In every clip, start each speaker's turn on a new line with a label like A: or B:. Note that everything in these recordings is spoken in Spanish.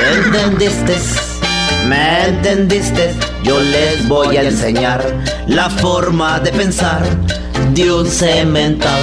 A: ¿Me entendiste? ¿Me entendiste? Yo les voy a enseñar la forma de pensar de un cemental.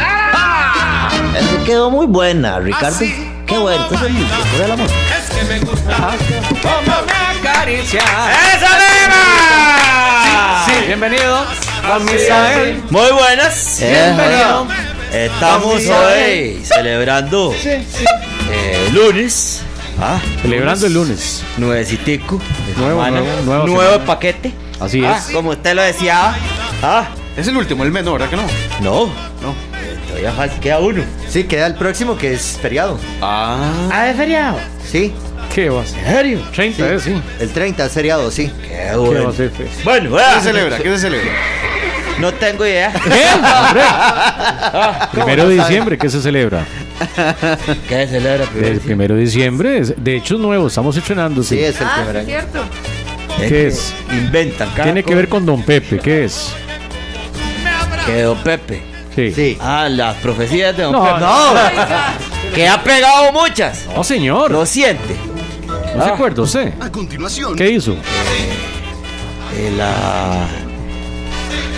B: Ah.
A: Eso quedó muy buena, Ricardo. Qué bueno, eso es el gusto de la música.
C: Es que me gusta como me acaricia.
B: ¡Eso, Lema!
C: Bienvenido con Misael.
B: Muy buenas.
A: Bienvenido.
B: Eh, Estamos hoy celebrando eh, lunes. Ah,
C: Celebrando el lunes.
B: nuevecitico. de
C: Nuevo,
B: semana,
C: nuevo, nuevo semana.
B: paquete.
C: Así
B: Ah,
C: es.
B: Como usted lo deseaba. Ah,
D: Es el último, el menor, ¿verdad que no?
B: no. No. todavía falta, queda uno.
A: Sí, queda el próximo que es feriado.
D: Ah.
B: Ah, es feriado.
A: Sí,
C: ¿Qué va a ser?
B: ¿En serio?
C: 30 es, sí.
A: el 30 es feriado, sí.
B: Qué
C: ¿Qué va
B: bueno.
C: a ser? fe?
B: Bueno,
D: ¿Qué
B: vea,
E: Ah,
D: se celebra? ¿Qué se celebra?
B: no tengo idea.
C: Primero de diciembre, ¿qué se celebra?
B: ¿Qué se celebra
C: El
B: primero?
C: primero de diciembre. es- De hecho, es nuevo, estamos estrenando. Ah,
A: Sí,
C: sí.
A: es el primer año.
F: Ah, cierto.
C: ¿Qué es?
B: Inventan. cada
C: Tiene que
B: cosa.
C: ver con Don Pepe, ¿qué es?
B: Quedó Pepe.
C: Sí.
A: Sí.
B: Ah, las profecías de Don
C: No, Oh
B: Pepe. No, que ha pegado muchas.
C: No, señor.
B: Lo siente.
C: ¿No se acuerda usted?
E: A continuación,
C: ¿Qué hizo?
B: Eh, la...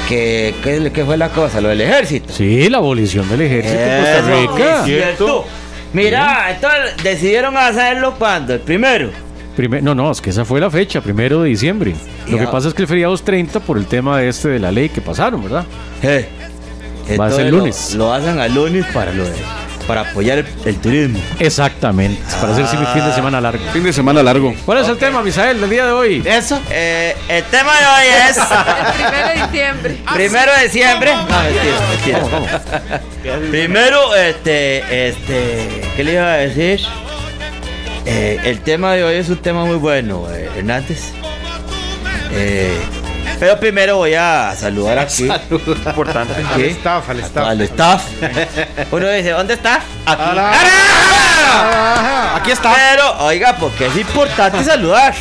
B: ¿Qué, qué, qué fue la cosa? Lo del ejército.
C: Sí, la abolición del ejército en Costa
B: es
C: Rica.
B: cierto. Mira, entonces decidieron hacerlo cuando, el primero.
C: Prime- no, no, es que esa fue la fecha, primero de diciembre. Lo que
B: Ya.
C: pasa es que el feriado es 30 por el tema este de la ley que pasaron, ¿verdad?
B: Eh,
C: Va a ser
B: entonces
C: lunes.
B: Lo, lo hacen al lunes para, lo de- para apoyar el, el turismo.
C: Exactamente, para hacer sí mi fin de semana largo.
D: Ah. Fin de semana largo.
C: ¿Cuál es el tema, Misael, del día de hoy?
B: ¿Eso? Eh, el tema de hoy es
F: El primero de diciembre.
B: primero de diciembre. No, mentira, mentira. Primero, este, este, ¿qué le iba a decir? Eh, el tema de hoy es un tema muy bueno, eh, Hernández. Eh, pero primero voy a saludar aquí
D: Importante.
B: Al
D: staff, al
B: al staff. Uno dice, ¿dónde está? Aquí. ¡Ara! Aquí está. Pero, oiga, porque es importante saludar.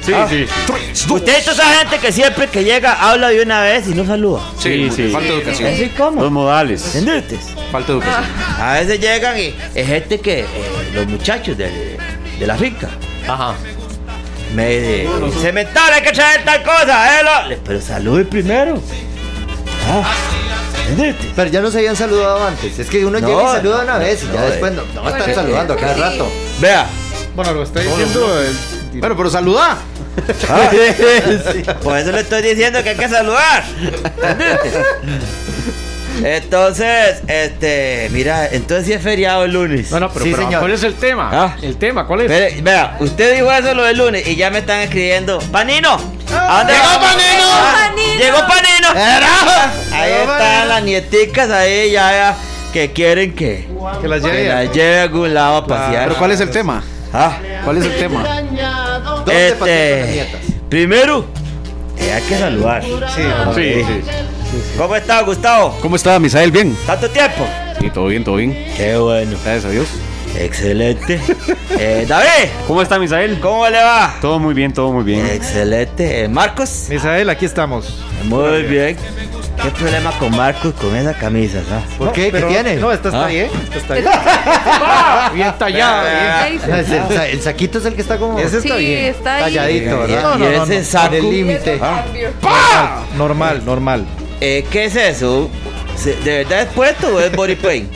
D: Sí, sí.
E: tres, dos,
B: Usted es toda esa gente que siempre que llega habla de una vez y no saluda.
D: Sí, sí. Falta educación.
B: ¿Así cómo?
G: Los modales.
B: ¿Entendiste?
D: Falta educación.
B: A veces llegan y es gente que eh, los muchachos de, de la finca
A: Ajá.
B: me dicen, cemental hay que traer tal cosa, eh, lo-". Le- pero salude primero. Ah, ¿entendiste?
A: Pero ya nos habían saludado antes. Es que uno
B: No,
A: llega y saluda una
B: no,
A: vez y
B: no, eh.
A: ya después no, no están
F: Bueno,
A: saludando a cada
F: sí.
A: rato.
B: Vea.
G: Bueno, lo está diciendo. el-
D: Bueno, pero saluda.
B: Ah, Por eso le estoy diciendo que hay que saludar. Entonces, este, mira, entonces sí es feriado el lunes.
C: No, no, pero,
A: Sí,
C: pero,
A: señor.
C: ¿cuál es el tema?
B: Ah.
C: El tema, ¿cuál es?
B: Pero, vea, usted dijo eso lo del lunes y ya me están escribiendo. ¡Panino! ¿A dónde
D: ¡Llegó
B: vamos?"
D: Panino!
B: Ah,
F: ¡Llegó
B: ¡Llegó Panino! Ahí
G: Llegó
B: están
G: Panino.
B: las nieticas ahí ya vea, que quieren que,
G: Que la
B: que
G: lleve.
B: la lleve a algún lado a pasear.
D: Pero ¿cuál es el tema?
B: Ah,
D: ¿Cuál es el tema?
A: ¿Dónde patean las
B: este,
A: nietas?
B: primero, eh, hay que saludar.
G: Sí,
D: Sí,
B: ¿Cómo está, Gustavo?
D: ¿Cómo está, Misael? ¿Bien?
B: ¿Tanto tiempo?
D: Sí, todo bien, todo bien.
B: Qué bueno.
D: Gracias a Dios.
B: Excelente. Eh, David,
G: ¿Cómo está, Misael?
B: ¿cómo le va?
G: Todo muy bien, todo muy bien.
B: Excelente. Eh, Marcos,
G: Misael, aquí estamos.
B: muy bien. ¿Qué problema con Marcos con esa camisa? ¿sabes?
A: ¿Por qué? ¿Qué
G: Pero-
A: tiene?
G: No, esta está
B: Ah.
G: bien. Esta está bien.
C: bien tallado.
B: Ah,
A: No, es el, sa- el saquito es el que está como
G: Ese está
F: Sí,
G: bien.
F: está ahí.
A: talladito,
B: Y-
A: ¿verdad?
B: y ese saco.
A: Con el límite.
G: Normal, normal.
B: Eh, ¿Qué es eso? ¿Se- ¿De verdad es puesto o es body paint?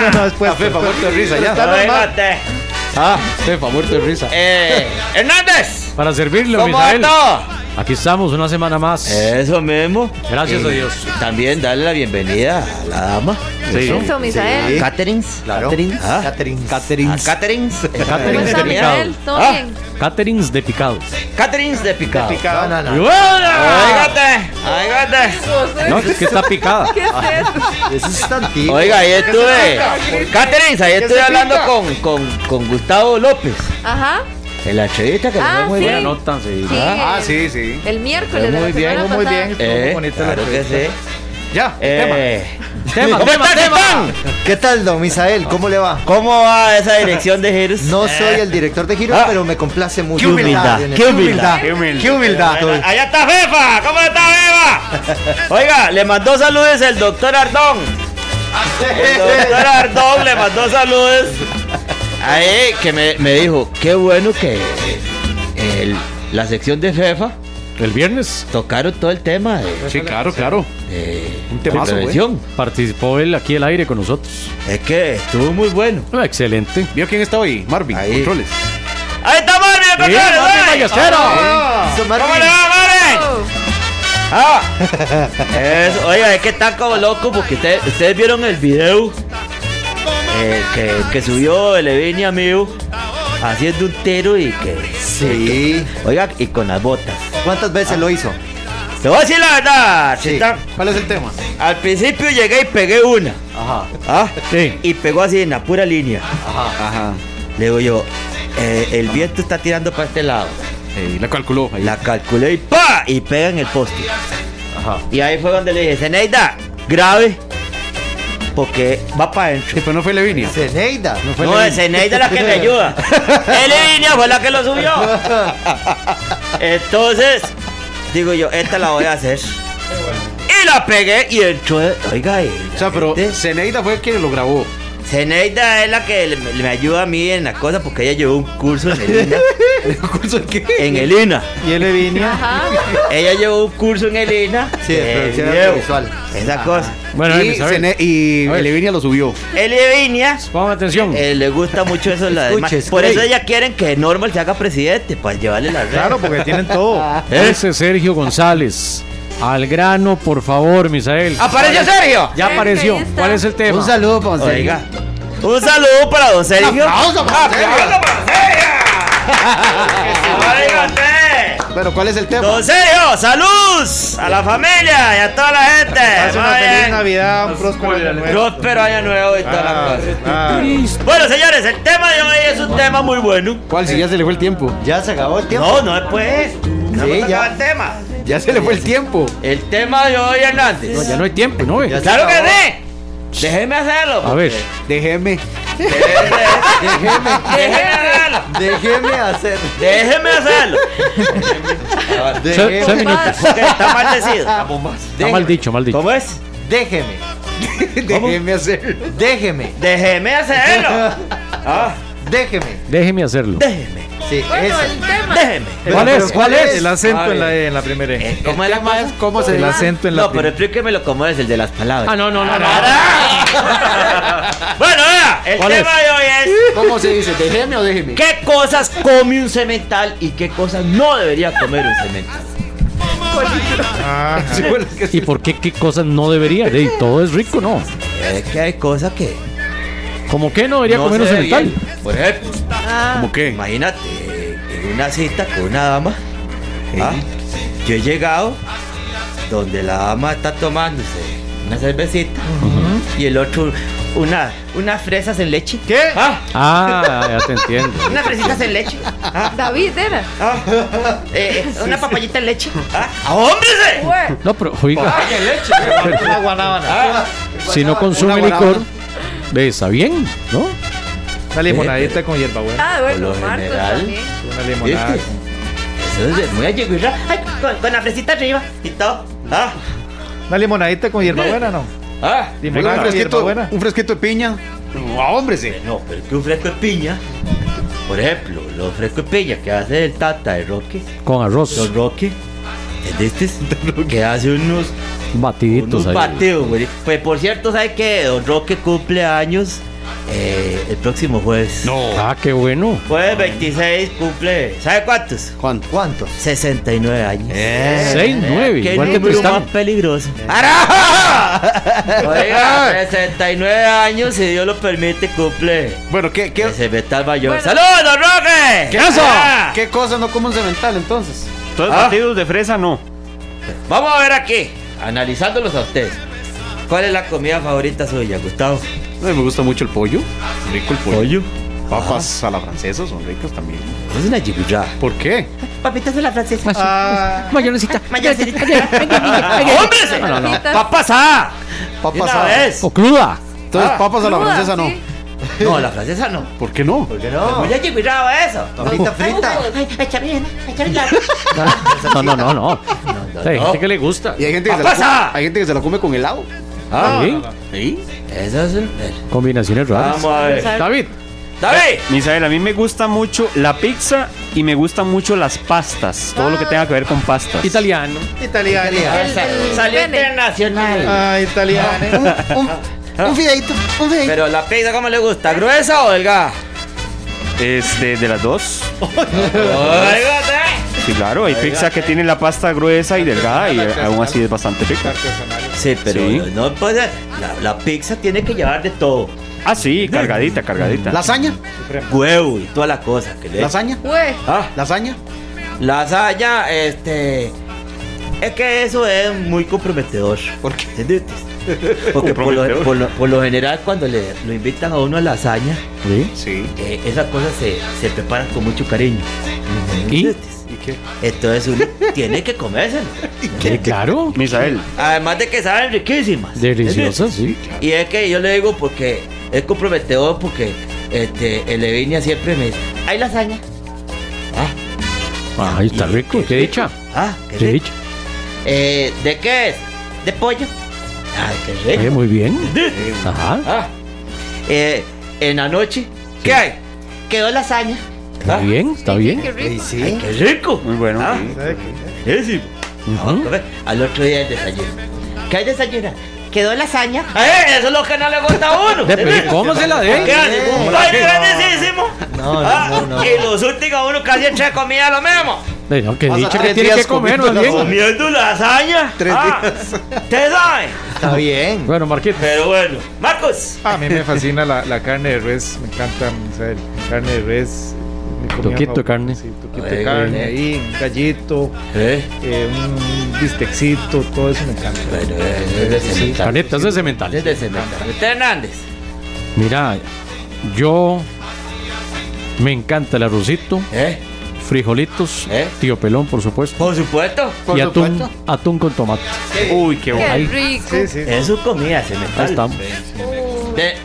G: No, no,
B: pues,
G: después.
D: Café, favor de risa,
B: No,
D: ya.
B: véngate.
D: Ah, Fefa, muerto de risa.
B: Eh, Hernández,
C: Para servirle,
B: ¿cómo va
C: Misael.
B: todo?
C: Aquí estamos una
D: Eh.
C: semana más.
B: Eso mismo.
C: Gracias
B: Y
C: a Dios.
B: También darle la bienvenida a la dama.
C: Sí.
F: Eso, Misael.
A: Sí. Caterings. Caterings.
G: Catherine.
B: Ah,
D: Caterings.
B: Caterings. eh,
F: ¿Cómo
C: Caterings
F: está
C: de
F: Misael?
C: picados.
F: ¿Todo
B: Ah.
F: bien?
C: Caterings de picados.
B: Caterings de picado.
G: Picado.
A: No, no,
C: ¡Y
A: no.
C: bueno!
B: Oígate, oígate.
C: No, es que está picada.
F: ¿Qué es eso?
A: Eso es antiguo.
B: Oiga, ahí estuve. Caterings, ahí estoy hablando con, con, con Gustavo López.
F: Ajá.
B: En la entrevista que le
F: Ah,
B: fue muy
F: sí.
B: bien.
C: No tan sí.
F: Sí,
G: Ah,
F: el-
G: sí, sí.
F: El miércoles.
B: Muy
F: de la
B: bien,
F: semana
G: muy
F: pasada.
G: bien.
B: Eh,
G: Estuvo bonita la
B: claro que sí.
G: entrevista. Ya,
B: Eh,
C: Tema,
B: ¿Cómo
C: tema,
B: está,
C: tema.
B: Titán?
A: ¿Qué tal, don Misael? ¿Cómo le va?
B: ¿Cómo va esa dirección de Girls?
A: No soy el director de Giro,
B: Eh. Ah.
A: pero me complace mucho.
B: Qué humildad,
A: en el-
B: qué humildad.
G: tema. Qué humildad.
B: Allá allá está Fefa, ¿cómo está Fefa? Oiga, le mandó saludos el doctor Ardón. El doctor Ardón le mandó saludos. Ahí que me, me dijo, qué bueno que eh, el- la sección de Fefa
C: El viernes
B: tocaron todo el tema de,
D: Sí, claro, claro.
B: de-
D: Un
B: de
D: temazo, ¿eh? güey.
B: prevención.
C: participó él aquí al aire con nosotros.
B: Es que estuvo muy bueno.
C: Ah, Excelente.
D: ¿Vio quién está hoy? Marvin.
B: Ahí.
D: Controles.
B: Ahí está Marvin, el
C: Sí,
B: doctor,
C: Marvin
B: ¿eh?
C: Ballesteros.
A: Eso,
B: ¿Cómo le
A: Marvin.
B: va, Marvin?
F: Oh,
B: Ah, eso, oiga, es que están como locos porque ustedes, ustedes vieron el video eh, que, que subió el Evini amigo haciendo un tiro y que.
A: Sí.
B: Oiga, y con las botas.
A: ¿Cuántas veces lo hizo?
B: Te voy a decir la verdad, Chitán.
G: ¿Cuál es el tema?
B: Al principio llegué y pegué una.
A: Ajá.
B: ¿ah?
C: Sí.
B: Y pegó así en la pura línea.
D: Ajá.
B: Le digo yo, eh, el viento está tirando para este lado.
D: Eh, la calculó. Ahí.
B: La calculé y ¡pa! Y pega en el poste. Y ahí fue donde le dije, Zeneida, grave. Porque va para
D: Sí,
B: adentro.
D: pero no fue Levinia.
A: Zeneida.
B: No, es Zeneida la que me ayuda. Elenia fue la que lo subió. Entonces, digo yo, esta la voy a hacer. Y la pegué y entró. Oiga, y la
D: O sea, pero
B: gente-
D: Zeneida fue quien lo grabó.
B: Zeneida es la que le- me ayuda a mí en la cosa porque ella llevó un curso en el INA.
D: ¿Curso de qué?
B: En el INA.
G: Y él venía.
F: Ajá.
B: Ella llevó un curso en el INA.
A: Sí, de producción
B: video.
A: audiovisual.
B: Esa cosa.
C: Bueno,
D: y
C: Elvis, a ver,
D: Zene- y
C: A ver.
D: Levinia lo subió.
B: Él y Vinia,
C: pongan atención.
B: eh, le gusta mucho eso. la demás.
A: Escuches,
B: Por
A: Clay.
B: eso ella quieren que Normal se haga presidente, para llevarle la red.
G: Claro, porque tienen todo.
B: eh.
C: Ese Sergio González. Al grano, por favor, Misael.
B: ¡Apareció Sergio!
C: Ya
F: Ahí
C: apareció.
F: está.
C: ¿Cuál es el tema?
A: Un saludo para Sergio.
B: Oiga, un saludo para don Sergio. ¡Aplauso para Sergio!
G: Pero ¿cuál es el tema?
B: Don Sergio, salud a la familia y a toda la gente.
G: Hace una
B: Muy
G: feliz
B: bien.
G: Navidad, un próspero año nuevo.
B: Próspero año nuevo y toda la
G: Ah,
B: cosa.
G: ah.
B: Bueno, señores, el tema de hoy es un tema muy bueno.
D: ¿Cuál? Si ya se le fue el tiempo.
A: Ya se acabó el tiempo.
B: No, no pues. después. No
A: Sí,
B: hemos
A: ya.
B: acabado el tema.
D: Ya se le fue el tiempo.
B: El tema de hoy, Hernández.
C: No, ya no hay tiempo, ¿no? ve?
A: Ya se
B: ¡Claro
A: acabó.
B: que sí! Déjeme hacerlo.
C: A ver.
D: Déjeme.
A: Déjeme,
B: Déjeme hacerlo.
A: déjeme hacer.
B: Déjeme hacerlo.
C: se-
A: Déjeme.
C: seis minutos.
F: Más.
B: Porque está maldecido.
C: Está mal dicho, mal dicho.
B: ¿Cómo es?
A: Déjeme.
D: Déjeme hacer.
A: Déjeme.
B: Déjeme hacerlo. Ah,
A: Déjeme.
C: Déjeme hacerlo.
B: déjeme.
A: Sí,
F: Bueno,
A: esa.
F: el tema.
B: Déjeme.
C: ¿Cuál
G: Pero,
C: es? ¿Cuál
G: El
C: es?
G: acento
B: A ver.
G: en la, E, en la primera E.
B: Eh, ¿Cómo es la cosa?
D: ¿Cómo se
G: El
D: le
F: Ah.
G: acento en la
B: No, pero
G: primera
B: explíquemelo cómo es el de las palabras.
C: Ah, no, no, no. no.
B: Bueno, vea, el
C: Ah, ¿Cuál
B: tema de hoy es
D: ¿Cómo se dice? ¿Déjeme o déjeme?
B: qué cosas come un cemental y qué cosas no debería comer un cemental.
G: Ah,
C: ¿Y por qué qué cosas no debería? Ey, todo es rico, ¿no?
B: Es que hay cosas que
C: ¿Cómo que no debería
B: no
C: comer un
B: se
C: cemental?
B: deberían. Por ejemplo,
D: ¿Cómo qué?
B: Ah. Imagínate, en una cita con una dama. ¿ah? Yo he llegado donde la dama está tomándose una cervecita y el otro una, unas fresas en leche.
G: ¿Qué?
B: Ah,
C: Ah, ya te entiendo.
B: unas fresitas en leche. Ah,
F: David era.
B: ah, eh, una papayita en leche. Ah, ¡ahómbrese!
F: Güey.
C: No, pero oiga,
G: Ah, Una guanábana.
C: si no consume
D: Una guanábana.
C: licor, ve, está bien, ¿no?
G: Una limonadita con hierbabuena.
F: Ah,
B: Por
F: bueno,
B: lo
F: Marcos
B: general.
F: también.
G: Una limonada.
C: Este,
B: ¿Viste? Eso es muy ayigüirra. Ay, con, con la fresita arriba y todo. Ah,
G: Una limonadita con hierbabuena, ¿no?
B: ah.
G: Limonada
D: un,
G: con
D: fresquito,
G: hierbabuena.
D: un fresquito de piña. No, hombre, sí.
B: No, pero que un fresco de piña. Por ejemplo, los frescos de piña que hace el Tata de Roque.
C: Con arroz,
B: Don Roque, el de este, que hace unos, unos
C: batiditos ahí.
B: pateos, güey. Pues por cierto, ¿sabe que Don Roque cumple años eh, el próximo jueves.
C: Ah, qué bueno.
B: Jueves 26 cumple. ¿Sabe cuántos?
D: ¿Cuánto? ¿Cuánto?
B: 69 años.
D: Eh.
C: 6-9,
B: Qué
C: igual que Eh.
B: número
C: Tristán.
B: más peligroso. ¡Araja! Oiga, 69 años, si Dios lo permite, cumple.
D: Bueno, ¿qué,
B: El
D: qué,
B: cemental mayor.
F: Bueno.
B: ¡Saludos, don Roque!
C: ¿Qué eso?
B: Ah,
D: qué cosa no como un cemental entonces?
H: Todos
B: Ah.
H: partidos de fresa no.
B: Vamos a ver aquí, analizándolos a ustedes. ¿Cuál es la comida favorita suya, Gustavo?
D: me gusta mucho el pollo. Rico el pollo. Papas a la francesa son ricas también.
B: Es una chipurra.
D: ¿Por qué?
B: Papitas de la francesa.
C: Mayonesita.
B: Mayorcita. ¡Hombre!
F: No, no, no.
B: ¡Papas ah! De
D: Papas
B: una
D: a
B: vez.
C: O cruda.
D: Entonces,
B: Ah.
D: papas a la
F: Cruda,
D: francesa no.
F: sí.
B: No, la francesa no. Pues
D: ¿Por qué no?
B: Porque no. Ya chipurrado eso.
D: Papita frita.
C: No, no, no, no. Hay gente que le gusta.
D: Y hay gente que se la
B: ¡Papasa!
D: come, hay gente que se la come con helado.
B: Ah,
C: Sí,
D: Sí.
B: Eso es un.
C: Combinaciones raras.
B: Vamos a ver.
C: David,
B: ¡David!
H: Misael, a mí me gusta mucho la pizza y me gusta mucho las pastas. Todo lo que tenga que ver con pastas.
C: italiano.
D: Italiano.
F: El- el
B: Ah, Salió
F: pene.
B: internacional.
G: Ah, italiano.
D: Un fideito, un fideito.
B: Pero la pizza, ¿cómo le gusta? ¿Gruesa o delgada?
H: Este, de las dos.
B: ¡Oiga,
H: Sí, claro, hay pizza que tiene la pasta gruesa y delgada y eh, aún así es bastante rica.
B: Sí, pero
H: Sí.
B: no puede. La, la pizza tiene que llevar de todo:
H: Ah, sí, cargadita, cargadita.
D: Lasaña,
B: huevo y toda la cosa que le.
D: lasaña,
F: Güey.
B: Ah,
D: lasaña.
B: lasaña, este. Es que eso es muy comprometedor.
D: ¿Por qué?
B: ¿Entendiste? Porque por lo,
H: Comprometedor.
B: por lo- por lo general, cuando le, lo invitan a uno a lasaña,
D: Sí.
B: eh, esas cosas se, se preparan con mucho cariño. ¿Entiendes?
D: ¿Y qué?
B: Entonces uno tiene que comérselo.
C: Sí, claro.
H: Misael,
B: Además de que saben riquísimas.
C: Deliciosa, sí.
B: Y es que yo le digo porque es comprometedor porque este, el Levinia siempre me dice, hay lasaña. Ah,
C: Ahí está rico, qué dicha.
B: ah, qué
C: Qué
B: rico.
C: dicha.
B: Eh, ¿De qué es? De pollo. Ah, qué
C: Eh,
B: rico.
C: muy bien. Ajá.
B: Ah. Eh, en la noche, ¿qué hay? Quedó lasaña.
C: Está
B: Ah,
C: bien, está
F: Qué
C: bien.
F: rico.
B: ay, qué rico.
H: muy bueno.
B: Ah, riquísimo.
C: Ujú.
B: A ver, Al otro día el desayuno. ¿Qué hay desayuno? Quedó lasaña. ¡Eh! Eso es lo que no le gusta a uno.
C: De- pero ¿Cómo se la
B: ¿Qué
C: den?
B: hace? Un pan grandísimo.
A: No,
B: Ah,
A: no, no.
B: Y los últimos uno casi entre comida lo mismo.
C: Eh, no, Que
D: Pasa
C: dicha que
D: tres
C: tiene
D: días
C: que comer, más
D: comiendo lasaña.
C: bien.
B: Comiendo lasaña.
D: Tres
B: Ah, Te sabe.
D: Está bien.
C: Bueno, Marquito.
B: Pero bueno. Marcos.
G: Ah, A mí me fascina la, la carne de res, me encanta, Misael. Carne de res. mi comida
C: Toquito de
G: favorita,
C: carne.
G: Sí, toquito
B: Ay,
G: de carne,
B: güey.
G: ahí, un gallito,
B: ¿Eh?
G: eh, un bistecito, todo eso me encanta.
B: Bueno, es de cemental.
C: Canetas de cemental.
B: Es de cemental. Usted Hernández.
C: Mira, yo me encanta el arrocito,
B: ¿Eh?
C: frijolitos,
B: ¿Eh?
C: tío pelón, por supuesto,
B: Por supuesto.
D: Por
C: y atún,
D: supuesto.
C: atún con tomate.
H: Uy, qué bueno.
F: Qué
C: Ahí.
F: rico.
G: Sí, sí.
B: Es su comida
C: Ahí
B: cemental.
C: estamos.
B: De,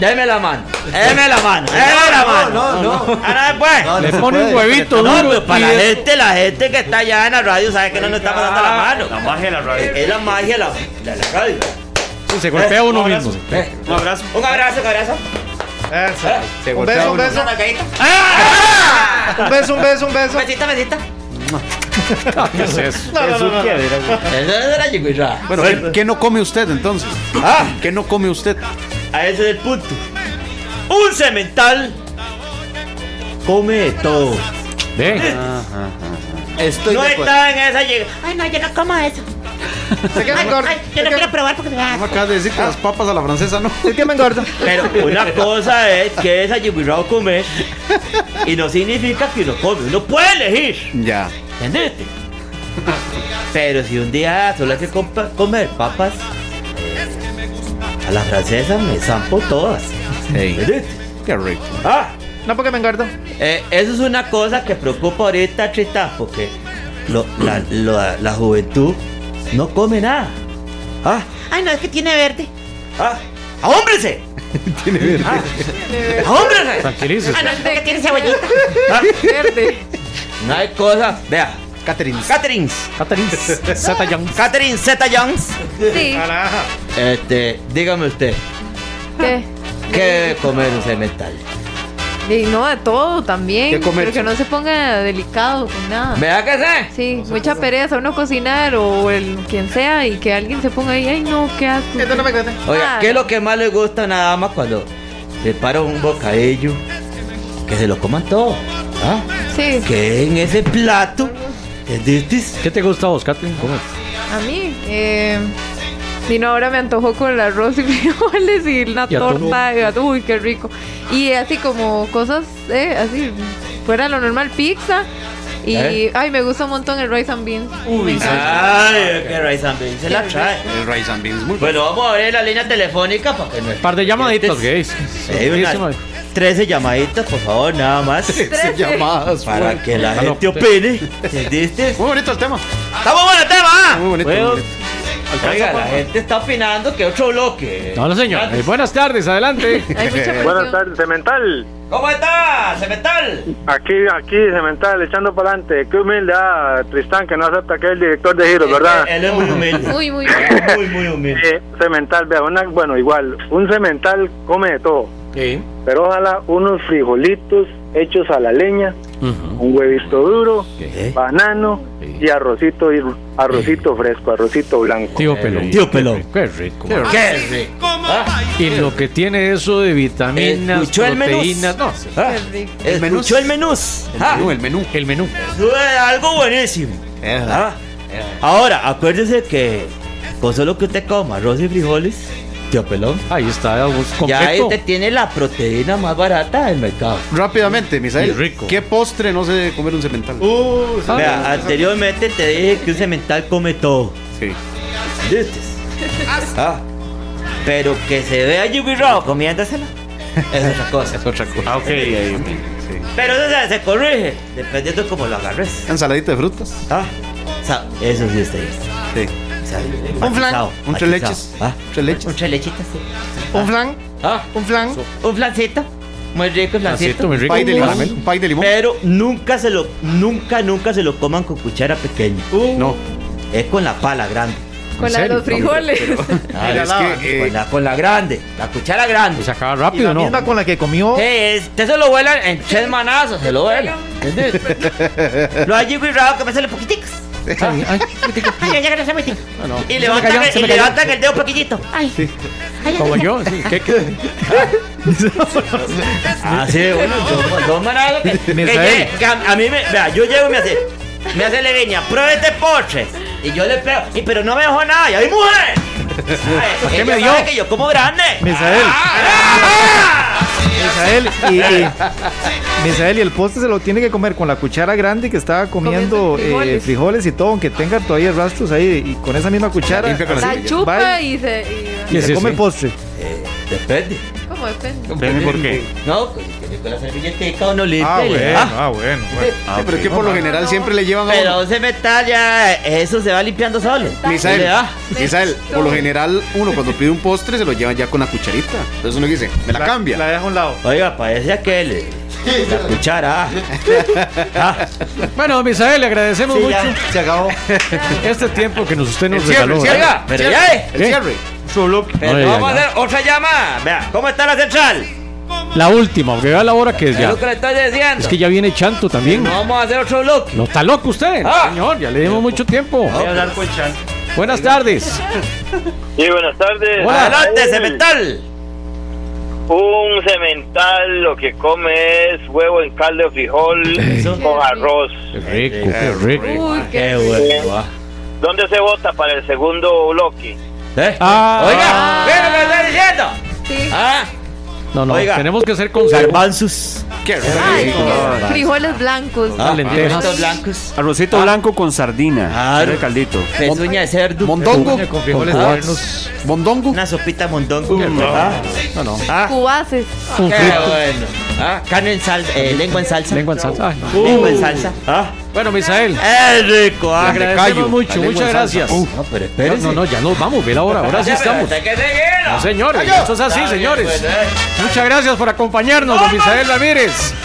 B: deme la mano. Deme la mano. Deme la mano.
D: no, no.
B: Ahora después.
D: No,
C: Le
D: se
C: pone un
D: puede.
C: huevito
B: pues. No,
C: duro.
B: pero para la
C: y es-
B: gente, la gente que está allá en la radio sabe que no nos está pasando la mano.
H: La magia de la radio.
B: Es la magia de la, de la radio.
C: se golpea uno mismo.
B: Eh,
H: Un abrazo.
B: Un abrazo, un abrazo.
G: Eso.
D: Se
G: Un
D: golpea
G: beso, un
D: uno.
G: beso,
B: ¡Ah!
G: un beso, un beso, un beso.
B: Besita, besita.
C: ¿Qué es eso?
G: No, no, no, no.
B: Eso es la yigüirra.
D: Bueno, ¿qué, qué no come usted entonces?
B: Ah,
D: ¿Qué no come usted?
B: a ese es el punto. Un cemental come de todo.
C: Ve,
D: Estoy
B: No
D: de acuerdo.
B: está en esa yigüirra.
I: Ay, no, yo no como eso.
G: Es que me
I: Ay,
G: engorda.
I: ay, yo no quiero probar porque me va a
D: No me acabas de decir que las papas a la francesa no.
G: Es que me engorda.
B: Pero una cosa es que esa yigüirra va a comer y no significa que uno come. Uno puede elegir.
D: Ya.
B: ¿Entendiste? Pero si un día solo hay que compa- comer papas, eh, a la francesa me zampo todas. ¿Entendiste?
D: Qué rico.
B: Ah,
G: No, porque me engordo.
B: eh, eso es una cosa que preocupa ahorita, Trita, porque lo- la, la- la juventud no come nada. Ah,
I: Ay, no, es que tiene verde.
B: ah, ¡ahómbrese! Tiene verde. ¡Ahómbrese!
C: tranquilices.
I: Ay, Ah, no, es que tiene cebollita.
B: Ah,
F: Verde.
B: no hay cosa. Vea,
D: Catherine.
B: Catherine,
C: Catherine Zeta Jones.
B: Catherine Zeta Jones.
F: Sí.
B: Este, dígame usted,
F: ¿Qué?
B: ¿qué debe comer un cemental?
F: Y no, de todo también.
D: ¿Qué comer?
F: Pero que no se ponga delicado con nada.
B: ¿Vea que sé?
F: Sí, mucha pereza uno cocinar o el quien sea y que alguien se ponga ahí, ay no, qué asco.
G: Esto no me engorda.
B: Oiga,
F: Ah,
B: ¿qué es lo que más le gusta a una dama cuando prepara un bocadillo, que se lo coman todo. ¿ah?
F: Sí,
B: Que en ese plato, ¿entendiste?
C: ¿Qué te gusta a vos, Catherine? ¿Cómo es?
F: a mí. Eh, si no, ahora me antojó con el arroz y frijoles y una
C: Y atún.
F: torta. y atún, Uy, qué rico. Y así como cosas, eh, así, fuera de lo normal, pizza. Y,
B: ¿Eh?
F: ay, me gusta un montón el rice and beans. Me encanta.
B: Ay, que Rice and Beans se la trae.
D: El rice and beans, muy
B: Bueno, vamos a abrir la línea telefónica para que Este nos-
C: par de llamaditas, gays.
B: Sí, unas 13 eh, llamaditas, por favor, nada más.
D: Se llamadas.
B: Para que la
C: Ah, no,
B: gente opine. ¿Entendiste?
D: Muy bonito el tema.
B: este? ¡Está muy bueno el tema! ¿ah?
D: Muy bonito.
B: Bueno,
D: muy bonito.
B: Oiga, la gente está opinando que otro bloque.
C: No, no, señor. Eh, buenas tardes, adelante.
F: Hay mucha
J: Buenas
F: presión.
J: tardes, Cemental.
B: ¿Cómo está, Cemental?
J: Aquí, aquí, Cemental, echando para adelante. Qué humilde, ah, Tristán, que no acepta que es el director de giros, ¿verdad?
B: Él es muy humilde.
F: Muy, muy
B: Muy, muy humilde.
J: Eh, cemental, vea, una, bueno, igual, un cemental come de todo. Pero ojalá unos frijolitos hechos a la leña, un huevito duro,
B: ¿Qué?
J: banano
C: Sí.
J: y arrocito, y arrocito fresco, arrocito blanco.
C: Tío Pelón.
B: Tío Pelón.
C: Qué rico.
B: ¿Qué rico? ¿Ah?
C: Y lo que tiene eso de vitaminas,
B: Escuchó el menú.
C: proteínas. No,
B: ¿Ah?
F: rico.
B: Escuchó el menú. Ah,
D: El menú.
C: el menú.
B: eso es algo buenísimo. Ah. Ahora, acuérdese que con solo que usted coma arroz y frijoles, tío Pelón,
C: Ahí está, Augusto,
B: ya ahí
C: completo.
B: usted tiene la proteína más barata del mercado.
D: Rápidamente, Misael.
C: Y rico.
D: ¿Qué postre no se debe comer un cemental?
C: Ah,
B: Vea, anteriormente te dije que un cemental come todo.
D: Sí.
B: ¿Viste? Ah. Pero que se vea Yubi Rao comiéndosela. Es otra cosa. Ah,
D: Es otra cosa.
B: ok. Pero eso se, se corrige, dependiendo de cómo lo agarres.
D: Ensaladita de frutas.
B: Ah. O sea, eso sí está bien.
D: Sí.
B: O sea,
D: Un flan.
B: matizado,
D: Un tres
B: matizado.
D: leches.
B: Ah.
D: Tres
B: Un
D: leches.
B: tres lechitas, sí.
D: Un flan.
B: Ah.
D: Un flan.
B: Un flancito. Muy rico el flancito.
C: Acierto, muy
D: Un
C: rico.
D: pay de limón. Un pay de limón.
B: Pero nunca se lo, nunca, nunca se lo coman con cuchara pequeña.
D: No.
B: Es con la pala grande.
F: Con la de los frijoles.
B: Ah,
D: Mira,
B: es
D: la-
B: que,
D: eh,
B: con, la, con la grande, la cuchara grande.
C: Se Pues acaba rápido, ¿no?
G: con la que comió.
B: Eh, es- usted se lo vuelan en tres manazos, se lo vuelan. ¿Entiendes? Lo hay muy raro que me sale poquiticos.
I: Ay, ya, ya, que no se metió.
B: Y levantan,
I: cayó,
B: el-
I: se
B: y
I: me cayó.
B: levantan el dedo poquitito.
I: Ay. Ay,
C: Como
I: ay,
C: yo. sí, ¿qué- qué?
B: Ah, sí, bueno, dos, dos manazos que, que,
G: Misael.
B: lle- que a, a mí me. Vea, yo llego y me hace. Me hace legueña, pruebe este postre. Y yo le pego. Y pero no me dejó nada. Y ay, mujer. Ay,
G: qué
B: ella
G: me dio?
B: sabe que yo como grande.
G: Misael.
B: Ah, ah.
G: Misael y, y- Misael, y el postre se lo tiene que comer con la cuchara grande que estaba comiendo
F: Comiendo frijoles.
G: eh, frijoles y todo, aunque tenga todavía rastros ahí y con esa misma cuchara
D: Limpia con
F: La
D: Sí,
F: chupa
G: Bye.
F: y se.
G: y
F: Y,
C: ¿Qué es
G: se come
C: ese?
G: el postre.
B: Eh, depende.
F: ¿Cómo depende?
H: ¿Por qué?
B: No, con con la servilletica uno limpia.
G: Ah,
B: y le-
G: bueno,
B: ah.
G: ah, bueno. bueno.
D: pero es que por lo general
F: no.
D: siempre le llevan a uno.
B: Pero ese metal ya, eso se va limpiando solo.
D: Misael,
B: Ah.
D: Misael, por lo general uno cuando pide un postre se lo llevan ya con la cucharita. Entonces uno dice, me la, cambia.
G: La deja a un lado.
B: Oiga, parece aquel. eh, La cuchara. ah.
C: Bueno, Misael, le agradecemos
B: Sí,
C: mucho
B: ya.
D: Se acabó.
C: este tiempo que nos, usted nos
D: El cierre,
C: regaló.
D: el
C: ¿verdad?
D: cierre.
B: Pero
D: cierre,
B: ya, eh.
D: El
C: ¿Qué?
D: cierre.
B: Pero
C: Ay,
B: vamos
C: ay,
B: a hacer otra llamada. Vea, ¿cómo está la central?
C: La última, porque vea la hora que es
B: Es
C: ya.
B: lo que le estoy diciendo.
C: Es que ya viene Chanto también.
B: No vamos a hacer otro bloque.
C: No está loco usted,
B: Ah.
C: señor. Ya le dimos mucho tiempo.
B: Voy a hablar
C: con Chan. Buenas tardes.
J: Y buenas tardes.
C: Hola.
B: Adelante, cemental.
J: Un cemental lo que come es huevo en caldo de frijol con arroz.
C: Qué rico, qué rico.
F: Uy, qué.
B: bueno. ah.
J: ¿Dónde se vota para el segundo bloque?
B: ¿Eh?
C: Ah.
B: Oiga, ¿qué lo que estoy diciendo?
F: Sí.
B: Ah,
C: No, no,
B: Oiga.
C: tenemos que ser conservados.
B: garbanzos.
D: Qué
F: Ay,
D: rico.
F: qué- frijoles blancos.
C: Ah, lentejas.
B: Fritos blancos.
H: Arrocito blanco con sardina.
B: Claro.
H: Era el caldito.
B: Pezuña de cerdo.
D: Mondongo.
C: Con frijoles
B: Ah.
C: tiernos.
D: Mondongo.
B: Una sopita mondongo. Ah.
C: No, no.
F: Cubaces.
C: Un
B: Qué
C: frito.
B: bueno. Ah, carne en salsa, eh, lengua en salsa.
C: Lengua en salsa. Ay, no.
B: Lengua en salsa. Ah,
C: Bueno, Misael,
B: es rico. Ah,
C: agradecemos mucho.
D: lengua
C: Muchas
D: en salsa.
C: gracias.
B: No, pero
C: No,
B: espérese.
C: no, no, ya nos vamos. Ve la hora. Ahora sí
B: Ya, pero
C: estamos.
B: hay que seguirlo.
C: No, señores. Eso es así,
B: Está bien,
C: señores.
B: pues, eh.
C: Muchas gracias por acompañarnos, don Misael Ramírez.